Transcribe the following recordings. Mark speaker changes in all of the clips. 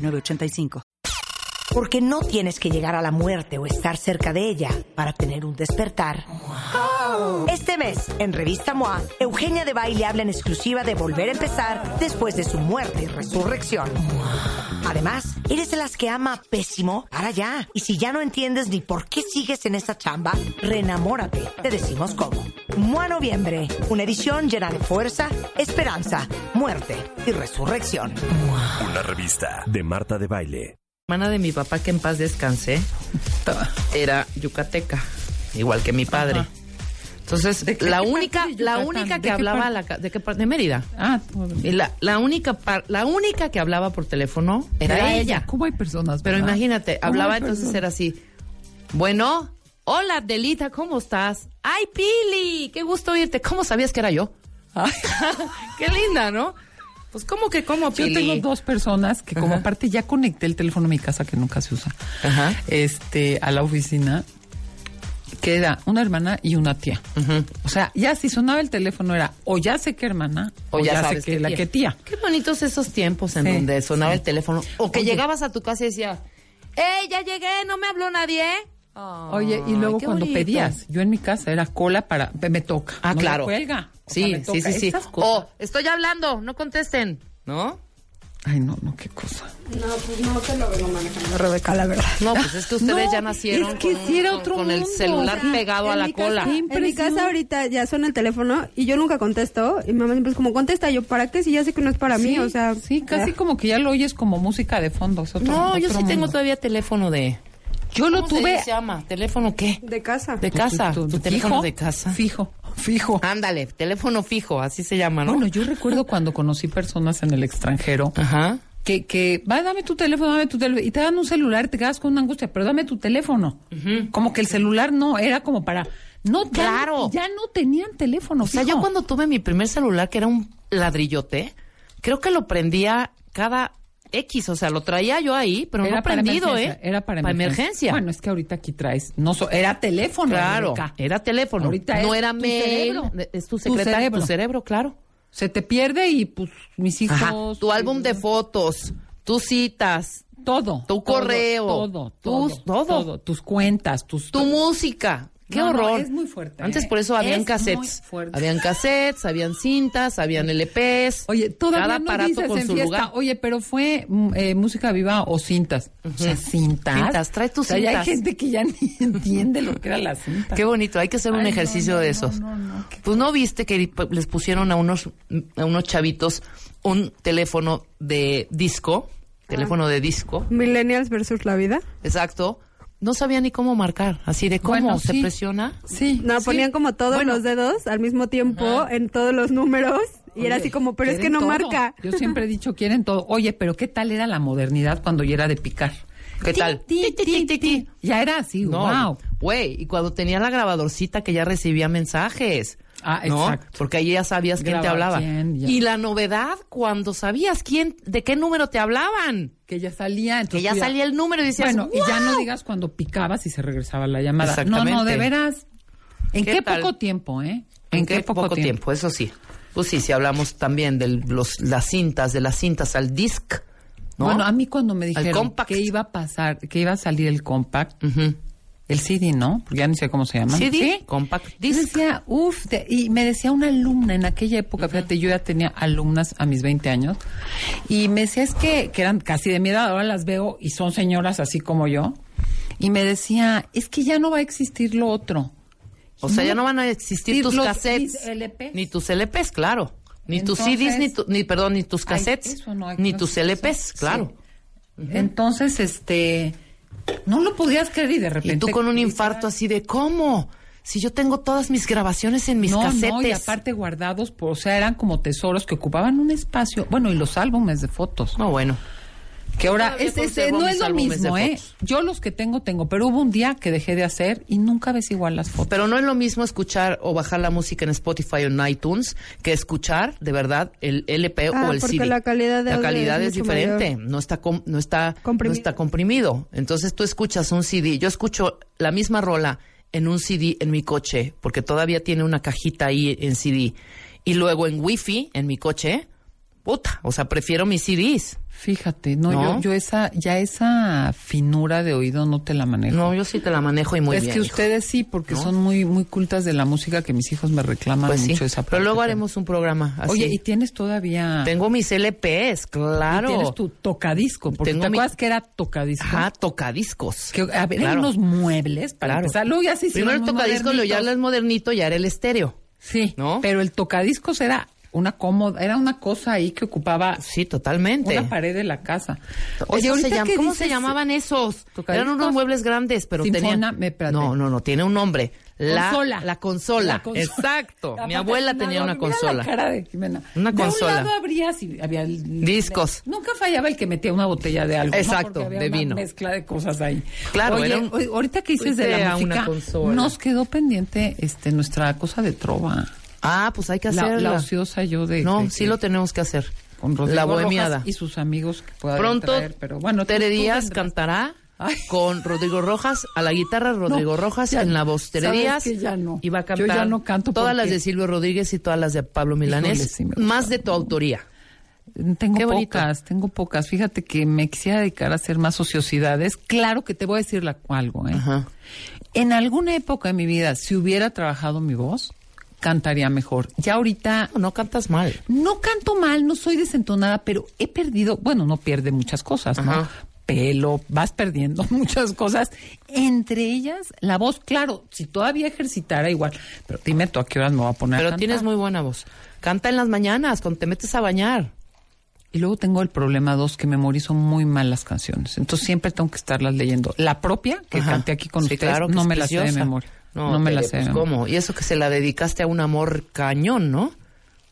Speaker 1: 985.
Speaker 2: Porque no tienes que llegar a la muerte o estar cerca de ella para tener un despertar. Wow. Este mes, en Revista MOA, Eugenia de Baile habla en exclusiva de volver a empezar después de su muerte y resurrección. Wow. Además, eres de las que ama pésimo, para ya. Y si ya no entiendes ni por qué sigues en esa chamba, reenamórate. Te decimos cómo. MOA Noviembre, una edición llena de fuerza, esperanza, muerte y resurrección.
Speaker 3: Wow. Una revista de Marta de Baile
Speaker 4: hermana de mi papá, que en paz descanse, era yucateca, igual que mi padre. Ajá. Entonces, la única, la única que hablaba la, de, qué, de Mérida. Ah, y la, la única par, la única que hablaba por teléfono era, era ella. Ah.
Speaker 5: ¿Cómo hay personas?
Speaker 4: Pero ¿verdad? imagínate, hablaba entonces era así. Bueno, hola Delita, ¿cómo estás? Ay, Pili, qué gusto oírte. ¿Cómo sabías que era yo? Ay. qué linda, ¿no? Pues como que como
Speaker 5: Yo tengo dos personas que como Ajá. aparte ya conecté el teléfono a mi casa que nunca se usa. Ajá. Este, a la oficina que era una hermana y una tía. Uh -huh. O sea, ya si sonaba el teléfono era o ya sé qué hermana o, o ya, ya sé que, que la tía. que tía.
Speaker 4: Qué bonitos esos tiempos en sí, donde sonaba sí. el teléfono o que Oye. llegabas a tu casa y decías, "Ey, ya llegué, no me habló nadie." Ah,
Speaker 5: Oh, Oye, y luego cuando bonito. pedías, yo en mi casa era cola para me toca.
Speaker 4: Ah,
Speaker 5: no
Speaker 4: claro.
Speaker 5: Me cuelga.
Speaker 4: Sí, o sea, me sí, Oh. sí, sí, O estoy hablando, no contesten, ¿no?
Speaker 5: Ay, no, no, qué cosa.
Speaker 6: No, pues no te lo veo manejando, Rebeca, la verdad.
Speaker 4: No, pues es que ustedes no, ya nacieron
Speaker 5: es que
Speaker 4: con,
Speaker 5: si era otro
Speaker 4: con,
Speaker 5: mundo.
Speaker 4: con, el celular o sea, pegado a la cola.
Speaker 6: En mi casa ahorita ya suena el teléfono y yo nunca contesto. Y mamá siempre es como, contesta yo, ¿para qué? Si ya sé que no es para
Speaker 5: sí,
Speaker 6: mí, o sea. eh, ah.
Speaker 5: Sí, casi
Speaker 6: ya.
Speaker 5: como que ya lo oyes como música de fondo. Es otro,
Speaker 4: no,
Speaker 5: otro
Speaker 4: yo sí
Speaker 5: mundo.
Speaker 4: tengo todavía teléfono de... Yo lo tuve. ¿Cómo se llama? ¿Teléfono qué?
Speaker 6: De casa.
Speaker 4: De casa. ¿Tu, tu, tu, ¿Tu teléfono fijo? de casa? Ah,
Speaker 5: Fijo. Fijo.
Speaker 4: Ándale, teléfono fijo, así se llama, ¿no? Ah.
Speaker 5: Bueno, yo recuerdo cuando conocí personas en el extranjero. Ajá. Que, que, va, dame tu teléfono, dame tu teléfono. Y te dan un celular, te quedas con una angustia, pero dame tu teléfono. Uh -huh. Como que el celular no, era como para. No,
Speaker 4: claro.
Speaker 5: Ya, ya no tenían teléfono.
Speaker 4: O sea,
Speaker 5: fijo.
Speaker 4: yo cuando tuve mi primer celular, que era un ladrillote, creo que lo prendía cada X, o sea, lo traía yo ahí, pero era no prendido,
Speaker 5: ¿eh? Era para emergencia.
Speaker 4: para emergencia.
Speaker 5: Bueno, es que ahorita aquí traes, no so, era teléfono.
Speaker 4: Claro, era teléfono. Ahorita no es era tu mail, cerebro. es tu secretario, tu cerebro. tu cerebro. claro.
Speaker 5: Se te pierde y pues mis hijos. Ajá.
Speaker 4: Tu y... álbum de fotos, tus citas.
Speaker 5: Todo.
Speaker 4: Tu todo, correo.
Speaker 5: Todo, todo tus, todo, todo. Tus cuentas, tus.
Speaker 4: Tu música. Qué
Speaker 5: no,
Speaker 4: horror.
Speaker 5: No, es muy fuerte. ¿eh?
Speaker 4: Antes por eso habían
Speaker 5: es
Speaker 4: cassettes. Habían cassettes, habían cintas, habían LPs.
Speaker 5: Oye, todavía
Speaker 4: cada
Speaker 5: no
Speaker 4: aparato
Speaker 5: dices
Speaker 4: con
Speaker 5: en
Speaker 4: su
Speaker 5: fiesta.
Speaker 4: lugar.
Speaker 5: Oye, pero fue eh, música viva o cintas. Uh -huh. O sea, cintas.
Speaker 4: Cintas, trae tus
Speaker 5: o sea,
Speaker 4: cintas.
Speaker 5: Ya hay gente que ya ni entiende lo que era la cinta.
Speaker 4: Qué bonito, hay que hacer un
Speaker 5: Ay,
Speaker 4: ejercicio
Speaker 5: no,
Speaker 4: de esos. pues no viste que les pusieron a unos a unos chavitos un teléfono de disco,
Speaker 5: Ah.
Speaker 4: teléfono de disco.
Speaker 6: Millennials versus la vida.
Speaker 4: Exacto no sabía ni cómo marcar, así de cómo
Speaker 5: bueno,
Speaker 4: se
Speaker 5: sí.
Speaker 4: presiona.
Speaker 5: Sí.
Speaker 6: No,
Speaker 5: sí.
Speaker 6: ponían como todos bueno. los dedos al mismo tiempo Ajá. en todos los números y Oye, era así como, pero es que no
Speaker 5: todo.
Speaker 6: marca.
Speaker 5: Yo siempre he dicho, quieren todo. Oye, pero ¿qué tal era la modernidad cuando yo era de picar?
Speaker 4: ¿Qué tal?
Speaker 5: Ti, ti, ti, ya era así,
Speaker 4: no,
Speaker 5: wow.
Speaker 4: Güey, y cuando tenía la grabadorcita que ya recibía mensajes.
Speaker 5: Ah,
Speaker 4: ¿no?
Speaker 5: exacto.
Speaker 4: Porque ahí ya sabías quién
Speaker 5: Graba
Speaker 4: te hablaba.
Speaker 5: quién, ya.
Speaker 4: y la novedad, cuando sabías quién, de qué número te hablaban.
Speaker 5: Que ya salía.
Speaker 4: Que
Speaker 5: Entonces
Speaker 4: ya
Speaker 5: tú
Speaker 4: salía el número y decías,
Speaker 5: Pues Bueno, y ya
Speaker 4: "Guau".
Speaker 5: no digas cuando picabas y se regresaba la llamada. No, no,
Speaker 4: Exactamente.
Speaker 5: de veras. ¿En
Speaker 4: ¿Qué
Speaker 5: qué,
Speaker 4: tal?
Speaker 5: poco tiempo, eh?
Speaker 4: ¿En qué, poco, tiempo? Eso sí. Pues sí, si hablamos también de los, las cintas, de las cintas al disc, ¿no?
Speaker 5: Bueno, a mí cuando me dijeron
Speaker 4: compact.
Speaker 5: que iba a pasar, que iba a salir el compact,
Speaker 4: Ujú.
Speaker 5: el CD, ¿no? Porque ya no sé cómo se llama.
Speaker 4: CD,
Speaker 5: ¿Sí?
Speaker 4: compact
Speaker 5: Yo
Speaker 4: disc.
Speaker 5: decía, uff, y me decía una alumna en aquella época, fíjate, yo ya tenía alumnas a mis 20 años, y me decía, es que, que eran casi de mi edad, ahora las veo y son señoras así como yo, y me decía, es que ya no va a existir lo otro.
Speaker 4: O sea, ya no van a existir
Speaker 5: Sí,
Speaker 4: tus
Speaker 5: los-
Speaker 4: cassettes.
Speaker 5: mis LPs.
Speaker 4: Ni tus LPs, claro. Ni tus
Speaker 5: Entonces-
Speaker 4: CDs, ni, tu- ni, perdón, ni tus
Speaker 5: Ay,
Speaker 4: cassettes,
Speaker 5: eso no hay
Speaker 4: ni
Speaker 5: que
Speaker 4: tus
Speaker 5: hacer
Speaker 4: LPs,
Speaker 5: eso.
Speaker 4: claro.
Speaker 5: Sí. Entonces, este, no lo podías creer y de repente...
Speaker 4: Y tú con un infarto así de, ¿cómo? Si yo tengo todas mis grabaciones en mis
Speaker 5: no,
Speaker 4: casetes.
Speaker 5: No, y aparte guardados, pues, por, o sea, eran como tesoros que ocupaban un espacio. Bueno, y los álbumes de fotos.
Speaker 4: No, bueno.
Speaker 5: Que ahora,
Speaker 4: Todavía
Speaker 5: este, este,
Speaker 4: conservo
Speaker 5: no
Speaker 4: mis
Speaker 5: es lo
Speaker 4: álbumes
Speaker 5: mismo,
Speaker 4: de
Speaker 5: ¿eh?
Speaker 4: fotos.
Speaker 5: Yo los que tengo, tengo, pero hubo un día que dejé de hacer y nunca ves igual las fotos.
Speaker 4: Pero no es lo mismo escuchar o bajar la música en Spotify o en iTunes que escuchar de verdad el LP
Speaker 6: Ah,
Speaker 4: o el
Speaker 6: porque
Speaker 4: CD.
Speaker 6: la calidad de
Speaker 4: La
Speaker 6: audio
Speaker 4: calidad
Speaker 6: es
Speaker 4: es,
Speaker 6: mucho
Speaker 4: diferente, no está com- no está
Speaker 6: Comprimido.
Speaker 4: no está comprimido. Entonces tú escuchas un CD, yo escucho la misma rola en un CD en mi coche porque todavía tiene una cajita ahí en CD y luego en Wi-Fi en mi coche, puta, o sea, prefiero mis CDs.
Speaker 5: Fíjate, no,
Speaker 4: ¿No?
Speaker 5: Yo, yo esa, ya esa finura de oído no te la manejo.
Speaker 4: No, yo sí te la manejo y muy
Speaker 5: es
Speaker 4: bien.
Speaker 5: que
Speaker 4: hijo.
Speaker 5: ustedes sí, porque son muy, muy cultas de la música que mis hijos me reclaman
Speaker 4: pues sí.
Speaker 5: mucho esa parte.
Speaker 4: Pero luego haremos un programa así.
Speaker 5: Oye, y tienes todavía.
Speaker 4: tengo mis LPs, claro.
Speaker 5: Tienes tu tocadisco, porque
Speaker 4: Tengo
Speaker 5: te
Speaker 4: mi-
Speaker 5: acuerdas que era tocadisco.
Speaker 4: Ajá, tocadiscos.
Speaker 5: Que, a ver,
Speaker 4: Claro.
Speaker 5: eran unos muebles para
Speaker 4: Claro.
Speaker 5: empezar. Luego ya se hicieron
Speaker 4: Primero el
Speaker 5: muy
Speaker 4: tocadiscos, luego ya
Speaker 5: modernitos.
Speaker 4: el modernito, ya era el estéreo.
Speaker 5: Sí,
Speaker 4: ¿No?
Speaker 5: pero el tocadiscos era una cómoda, era una cosa ahí que ocupaba
Speaker 4: Sí, totalmente.
Speaker 5: una pared de la casa.
Speaker 4: Eso se
Speaker 5: ahorita
Speaker 4: llama-
Speaker 5: que
Speaker 4: ¿Cómo
Speaker 5: dices-
Speaker 4: se llamaban esos?
Speaker 5: ¿Tocadiscos?
Speaker 4: Eran unos muebles grandes, pero
Speaker 5: Sinfona-
Speaker 4: tenían...
Speaker 5: me- espérate.
Speaker 4: No, no, no, tiene un nombre. La
Speaker 5: Consola.
Speaker 4: La consola,
Speaker 5: La consola.
Speaker 4: exacto. Mi
Speaker 5: Aparte,
Speaker 4: abuela
Speaker 5: mira,
Speaker 4: tenía
Speaker 5: no,
Speaker 4: una
Speaker 5: mira La
Speaker 4: consola.
Speaker 5: cara de Jimena.
Speaker 4: Una consola.
Speaker 5: De un lado abrías y había el-
Speaker 4: Discos.
Speaker 5: Nunca fallaba el que metía una botella de algo. ¿no?
Speaker 4: Exacto,
Speaker 5: Porque había
Speaker 4: de
Speaker 5: una
Speaker 4: vino.
Speaker 5: mezcla de cosas ahí.
Speaker 4: Claro,
Speaker 5: Oye,
Speaker 4: era un-
Speaker 5: oye, ahorita que dices de
Speaker 4: Era
Speaker 5: la
Speaker 4: una
Speaker 5: música,
Speaker 4: consola.
Speaker 5: nos quedó pendiente este nuestra cosa de trova.
Speaker 4: Ah, pues hay que
Speaker 5: La,
Speaker 4: hacerla.
Speaker 5: la ociosa yo de.
Speaker 4: no,
Speaker 5: de-
Speaker 4: sí lo tenemos que hacer.
Speaker 5: Con Rodrigo
Speaker 4: la
Speaker 5: Rojas
Speaker 4: bohemiada.
Speaker 5: y sus amigos que puedan
Speaker 4: Pronto
Speaker 5: traer, pero bueno, tú-
Speaker 4: Tere
Speaker 5: tú
Speaker 4: Díaz
Speaker 5: tendrás.
Speaker 4: cantará
Speaker 5: Ay.
Speaker 4: con Rodrigo Rojas a la guitarra, Rodrigo Rojas
Speaker 5: ya,
Speaker 4: en la voz Tere
Speaker 5: sabes
Speaker 4: Díaz
Speaker 5: que ya no.
Speaker 4: y va a
Speaker 5: Yo
Speaker 4: cantar
Speaker 5: ya no canto
Speaker 4: todas las
Speaker 5: porque-
Speaker 4: de Silvio Rodríguez y todas las de Pablo Milanés,
Speaker 5: Híjole, sí me gusta.
Speaker 4: más de tu autoría.
Speaker 5: Tengo
Speaker 4: Qué bonito.
Speaker 5: pocas, tengo pocas. Fíjate que me quisiera dedicar a hacer más ociosidades. Claro que te voy a decir la, algo, ¿eh?
Speaker 4: Ajá.
Speaker 5: En alguna época de mi vida, si hubiera trabajado mi voz, cantaría mejor. Ya ahorita
Speaker 4: No, no cantas mal.
Speaker 5: no canto mal, no soy desentonada, pero he perdido, bueno, no pierde muchas cosas, ¿no?
Speaker 4: Ajá.
Speaker 5: Pelo, vas perdiendo muchas cosas. Entre ellas, la voz, claro, si todavía ejercitara igual. Pero dime tú a qué horas me voy a poner a
Speaker 4: Pero
Speaker 5: cantar?
Speaker 4: tienes muy buena voz. Canta en las mañanas cuando te metes a bañar.
Speaker 5: Y luego tengo el problema dos, que memorizo muy mal las canciones. Entonces siempre tengo que estarlas leyendo. La propia, que
Speaker 4: Ajá.
Speaker 5: canté aquí con
Speaker 4: Sí,
Speaker 5: ustedes,
Speaker 4: claro que
Speaker 5: no
Speaker 4: es
Speaker 5: me la sé de
Speaker 4: preciosa.
Speaker 5: memoria. No, me la
Speaker 4: Tere,
Speaker 5: sé de
Speaker 4: pues,
Speaker 5: memoria.
Speaker 4: ¿Cómo? Y eso que se la dedicaste a un amor cañón, ¿no?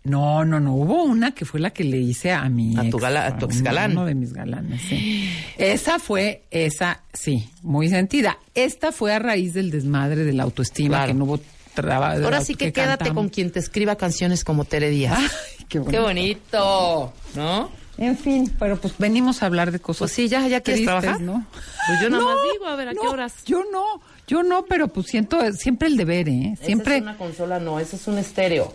Speaker 5: No, no, no. Hubo una que fue la que le hice a mi
Speaker 4: A tu
Speaker 5: ex,
Speaker 4: gala- a tu
Speaker 5: un-
Speaker 4: exgalán.
Speaker 5: Uno de mis galanes, sí. Esa fue, esa, sí, muy sentida. Esta fue a raíz del desmadre de la autoestima,
Speaker 4: Claro.
Speaker 5: que no hubo trabajo.
Speaker 4: Ahora sí que, quédate con quien te escriba canciones como Tere Díaz.
Speaker 5: Ay, qué bonito.
Speaker 4: Qué bonito, ¿no?
Speaker 5: En fin, pero pues venimos a hablar de cosas.
Speaker 4: Pues sí, ya- ya quieres
Speaker 5: tristes,
Speaker 4: trabajar.
Speaker 5: ¿no?
Speaker 4: Pues yo nada más digo, a ver, ¿a qué
Speaker 5: no,
Speaker 4: horas?
Speaker 5: Yo no, yo no, pero pues siento eh, siempre el deber, ¿eh? Siempre.
Speaker 4: Esa es una consola, no, esa es un estéreo.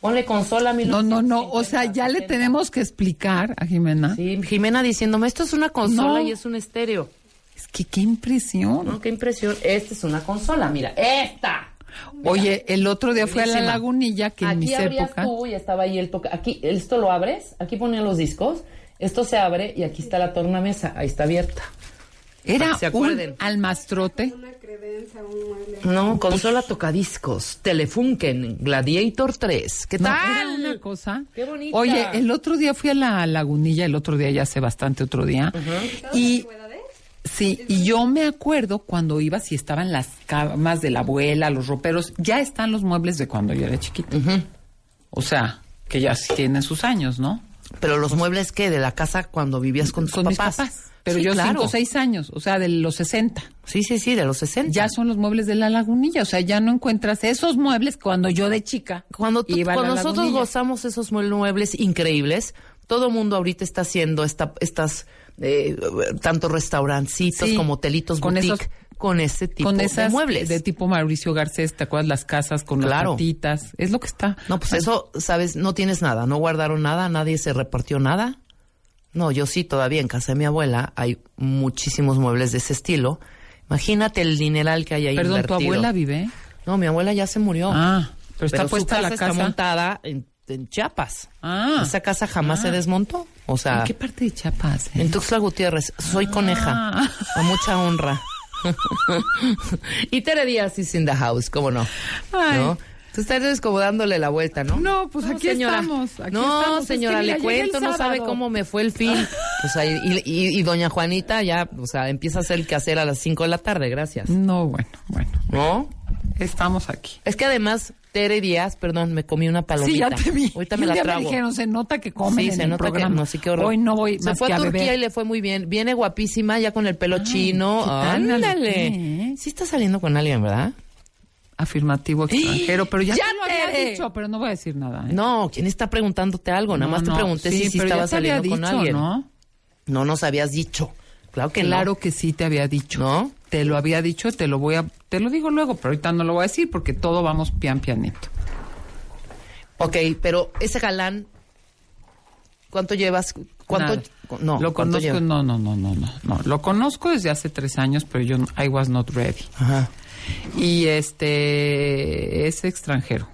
Speaker 4: Ponle consola a mí.
Speaker 5: No, no, no. O sea, ya le tenemos que explicar a Jimena.
Speaker 4: Sí, Jimena diciéndome, esto es una consola
Speaker 5: No.
Speaker 4: y es un estéreo.
Speaker 5: Es que qué impresión.
Speaker 4: No, qué impresión. Esta es una consola, mira, esta.
Speaker 5: Oye, el otro día fui a la
Speaker 4: Buenísima.
Speaker 5: lagunilla, que en
Speaker 4: aquí
Speaker 5: mis
Speaker 4: abrías
Speaker 5: épocas.
Speaker 4: tú y estaba ahí el toca. Aquí, esto lo abres, aquí ponían los discos, esto se abre y aquí está la tornamesa, ahí está abierta.
Speaker 5: Era
Speaker 4: se acuerden.
Speaker 5: un almastrote.
Speaker 4: No, consola tocadiscos, Telefunken, Gladiator 3. ¿Qué
Speaker 5: No,
Speaker 4: tal?
Speaker 5: era una cosa.
Speaker 4: ¡Qué bonita!
Speaker 5: Oye, el otro día fui a la lagunilla, el otro día ya hace bastante otro día. Y sí, y yo me acuerdo cuando iba si estaban las camas de la abuela, los roperos, ya están los muebles de cuando yo era chiquita. O sea, que ya sí tienen sus años, ¿no?
Speaker 4: Pero los muebles que de la casa cuando vivías con tus
Speaker 5: Con mis
Speaker 4: papás.
Speaker 5: papás. Pero
Speaker 4: Sí,
Speaker 5: yo
Speaker 4: claro.
Speaker 5: cinco o seis años, o sea, de los 60.
Speaker 4: Sí, sí, sí, de los 60.
Speaker 5: ya son los muebles de la lagunilla. O sea, ya no encuentras esos muebles cuando yo de chica.
Speaker 4: Cuando, tú-
Speaker 5: iba a la
Speaker 4: cuando nosotros
Speaker 5: Lagunilla.
Speaker 4: gozamos esos muebles increíbles, todo mundo ahorita está haciendo esta, estas eh, tantos restaurancitos
Speaker 5: Sí,
Speaker 4: como hotelitos
Speaker 5: con
Speaker 4: boutique
Speaker 5: esos-
Speaker 4: con este tipo
Speaker 5: con esas
Speaker 4: de muebles.
Speaker 5: de tipo Mauricio Garcés, ¿te acuerdas las casas con
Speaker 4: Claro.
Speaker 5: las patitas? Es lo que está.
Speaker 4: no, pues eso, sabes, no tienes nada, no guardaron nada, nadie se repartió nada. No, yo sí, todavía en casa de mi abuela hay muchísimos muebles de ese estilo. Imagínate el dineral que hay ahí.
Speaker 5: Perdón, tu
Speaker 4: invertido.
Speaker 5: abuela vive.
Speaker 4: No, mi abuela ya se murió.
Speaker 5: Ah, pero está
Speaker 4: su
Speaker 5: puesta la
Speaker 4: está
Speaker 5: casa.
Speaker 4: montada en, en Chiapas.
Speaker 5: Ah.
Speaker 4: Esa casa jamás
Speaker 5: Ah.
Speaker 4: se desmontó. O sea,
Speaker 5: ¿En qué parte de Chiapas? eh?
Speaker 4: En Tuxtla Gutiérrez, soy coneja.
Speaker 5: Ah.
Speaker 4: A mucha honra. y Tere Díaz is in the house, ¿cómo no?
Speaker 5: Ay.
Speaker 4: ¿No? Tú estás como dándole la vuelta, ¿no?
Speaker 5: No, pues aquí estamos, aquí
Speaker 4: no,
Speaker 5: estamos. Es que
Speaker 4: señora,
Speaker 5: mira,
Speaker 4: le
Speaker 5: llegué el
Speaker 4: cuento, no sabe
Speaker 5: sábado.
Speaker 4: cómo me fue el fin. Pues ahí- y, y- y doña
Speaker 5: Mm.
Speaker 4: Juanita ya, o sea, empieza a hacer el quehacer a las 5 de la tarde, gracias.
Speaker 5: No, bueno, bueno.
Speaker 4: ¿No?
Speaker 5: estamos aquí.
Speaker 4: Es que además, Tere Díaz, perdón, me comí una palomita.
Speaker 5: Sí, ya te vi.
Speaker 4: Ahorita
Speaker 5: Y
Speaker 4: me
Speaker 5: un
Speaker 4: la
Speaker 5: día
Speaker 4: trago.
Speaker 5: dijeron, se nota que comen
Speaker 4: Sí,
Speaker 5: en
Speaker 4: se
Speaker 5: el
Speaker 4: nota que
Speaker 5: programa.
Speaker 4: no, sí, qué horror.
Speaker 5: Hoy no voy
Speaker 4: Se
Speaker 5: más
Speaker 4: fue
Speaker 5: que
Speaker 4: a
Speaker 5: a
Speaker 4: Turquía
Speaker 5: beber.
Speaker 4: y le fue muy bien. Viene guapísima, ya con el pelo chino.
Speaker 5: ¿qué tal?
Speaker 4: Ándale.
Speaker 5: ¿Qué?
Speaker 4: Sí está saliendo con alguien, ¿verdad?
Speaker 5: Afirmativo extranjero, pero ya,
Speaker 4: ¡Ah! ¡Ya
Speaker 5: te lo
Speaker 4: Tere!
Speaker 5: había dicho, pero no voy a decir nada. ¿eh?
Speaker 4: No, ¿quién está preguntándote algo? Nada
Speaker 5: No,
Speaker 4: más te
Speaker 5: no,
Speaker 4: pregunté si sí
Speaker 5: pero ya
Speaker 4: estaba
Speaker 5: te había
Speaker 4: saliendo con
Speaker 5: dicho,
Speaker 4: alguien.
Speaker 5: ¿no?
Speaker 4: No nos habías dicho. Claro que
Speaker 5: claro
Speaker 4: no.
Speaker 5: que sí te había dicho.
Speaker 4: ¿No?
Speaker 5: Te lo había dicho, te lo voy a, te lo digo luego, pero ahorita no lo voy a decir porque todo vamos pian pianito.
Speaker 4: Ok, pero ese galán, ¿cuánto llevas? ¿Cuánto?
Speaker 5: Nada.
Speaker 4: cu- No,
Speaker 5: lo
Speaker 4: ¿cuánto
Speaker 5: conozco,
Speaker 4: lleva?
Speaker 5: no, no, no, no, no, no. Lo conozco desde hace tres años, pero yo no- I was not ready.
Speaker 4: Ajá.
Speaker 5: Y este es extranjero.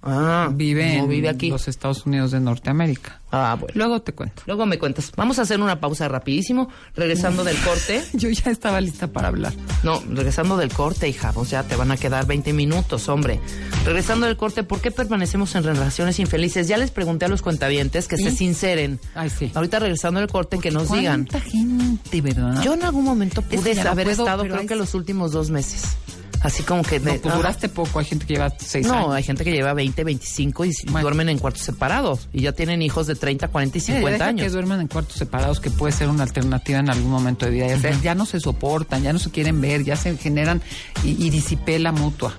Speaker 4: Ah,
Speaker 5: Vive
Speaker 4: no
Speaker 5: en
Speaker 4: vive aquí.
Speaker 5: los Estados Unidos de Norteamérica.
Speaker 4: Ah, bueno.
Speaker 5: Luego te cuento.
Speaker 4: Luego me cuentas. Vamos a hacer una pausa rapidísimo, regresando del corte.
Speaker 5: Yo ya estaba lista para hablar.
Speaker 4: No, regresando del corte, hija, o sea, te van a quedar 20 minutos, hombre. Regresando del corte, ¿por qué permanecemos en relaciones infelices? Ya les pregunté a los cuentavientes que se sinceren.
Speaker 5: Ay, Ah, sí. Pues,
Speaker 4: Ahorita regresando del corte, que nos digan.
Speaker 5: ¿Cuánta gente, verdad?
Speaker 4: Yo en algún momento
Speaker 5: que
Speaker 4: pude
Speaker 5: ya no
Speaker 4: haber
Speaker 5: puedo,
Speaker 4: estado,
Speaker 5: pero
Speaker 4: creo
Speaker 5: ahí
Speaker 4: que
Speaker 5: sí.
Speaker 4: los últimos dos meses. Así como que...
Speaker 5: No,
Speaker 4: de-
Speaker 5: pues
Speaker 4: ah,
Speaker 5: duraste poco. Hay gente que lleva seis
Speaker 4: no,
Speaker 5: años.
Speaker 4: hay gente que lleva 20, 25 y
Speaker 5: Bueno.
Speaker 4: duermen en cuartos separados. Y ya tienen hijos de 30, 40 y
Speaker 5: Sí,
Speaker 4: 50
Speaker 5: deja que
Speaker 4: años.
Speaker 5: duerman en cuartos separados, que puede ser una alternativa en algún momento de vida. Ya, sea, ya no se soportan, ya no se quieren ver, ya se generan y, y disipela mutua.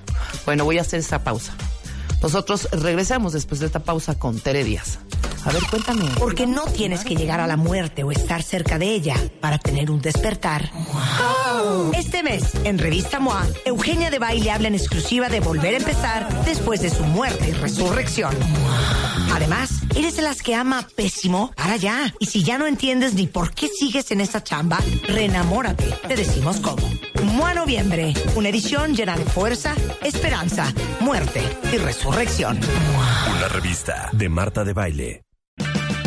Speaker 4: Bueno, voy a hacer esta pausa. Nosotros regresamos después de esta pausa con Tere Díaz. A ver, cuéntame.
Speaker 2: Porque no tienes que llegar a la muerte o estar cerca de ella para tener un despertar. Este mes, en Revista MOA, Eugenia de Baile habla en exclusiva de volver a empezar después de su muerte y resurrección. Además, eres de las que ama pésimo, para ya. Y si ya no entiendes ni por qué sigues en esta chamba, reenamórate. Te decimos cómo. MOA Noviembre, una edición llena de fuerza, esperanza, muerte y resurrección.
Speaker 3: Una revista de Marta de Baile.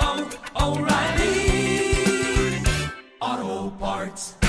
Speaker 7: oh, O'Reilly. Auto Parts.